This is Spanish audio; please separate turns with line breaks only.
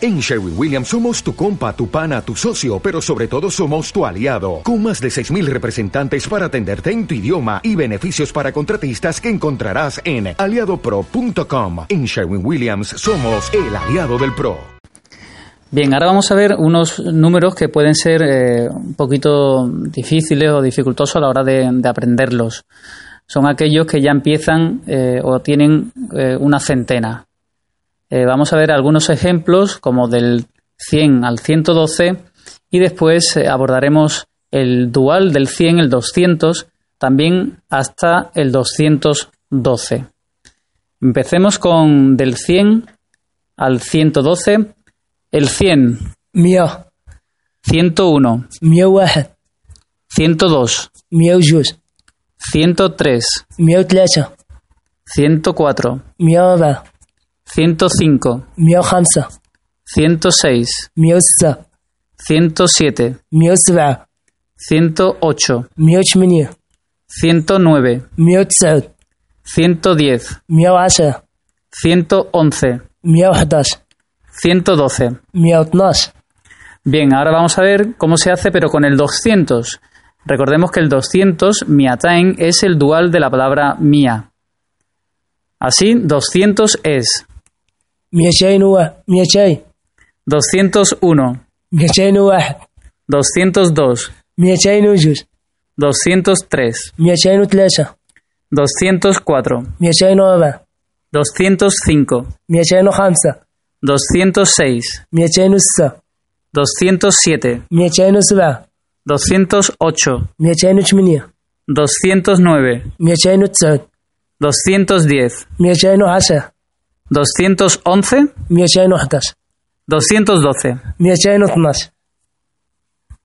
En Sherwin Williams somos tu compa, tu pana, tu socio, pero sobre todo somos tu aliado, con más de 6.000 representantes para atenderte en tu idioma y beneficios para contratistas que encontrarás en aliadopro.com. En Sherwin Williams somos el aliado del PRO.
Bien, ahora vamos a ver unos números que pueden ser eh, un poquito difíciles o dificultosos a la hora de, de aprenderlos. Son aquellos que ya empiezan eh, o tienen eh, una centena. Eh, vamos a ver algunos ejemplos como del 100 al 112 y después eh, abordaremos el dual del 100, el 200, también hasta el 212. Empecemos con del 100 al 112. El 100,
مية
101,
مية واحد
102,
مية وجوج
103,
مية وثلاثة
104,
مية أربعة
105,
مية وخمسة
106,
مية وستة
107,
مية وسبعة
108,
مية وثمانية
109,
مية وتسعة
110,
مية وعشرة
111,
مية وحداش
112.
مية وطناش
Bien, ahora vamos a ver cómo se hace, pero con el 200. Recordemos que el 200, miatain, es el dual de la palabra mía. Así, 200 es
ميتين وواحد ميتين
201,
ميتين وواحد
202,
ميتين وجوج
203,
ميتين وثلاثة
204,
ميتين وأربعة
205,
ميتين وخمسة
206,
ميتين وستة
207,
ميتين وسبعة
208,
ميتين وثمانية
209,
ميتين وتسعة
210,
ميتين وعشرة
211,
ميتين وحداش
212.
ميتين وطناش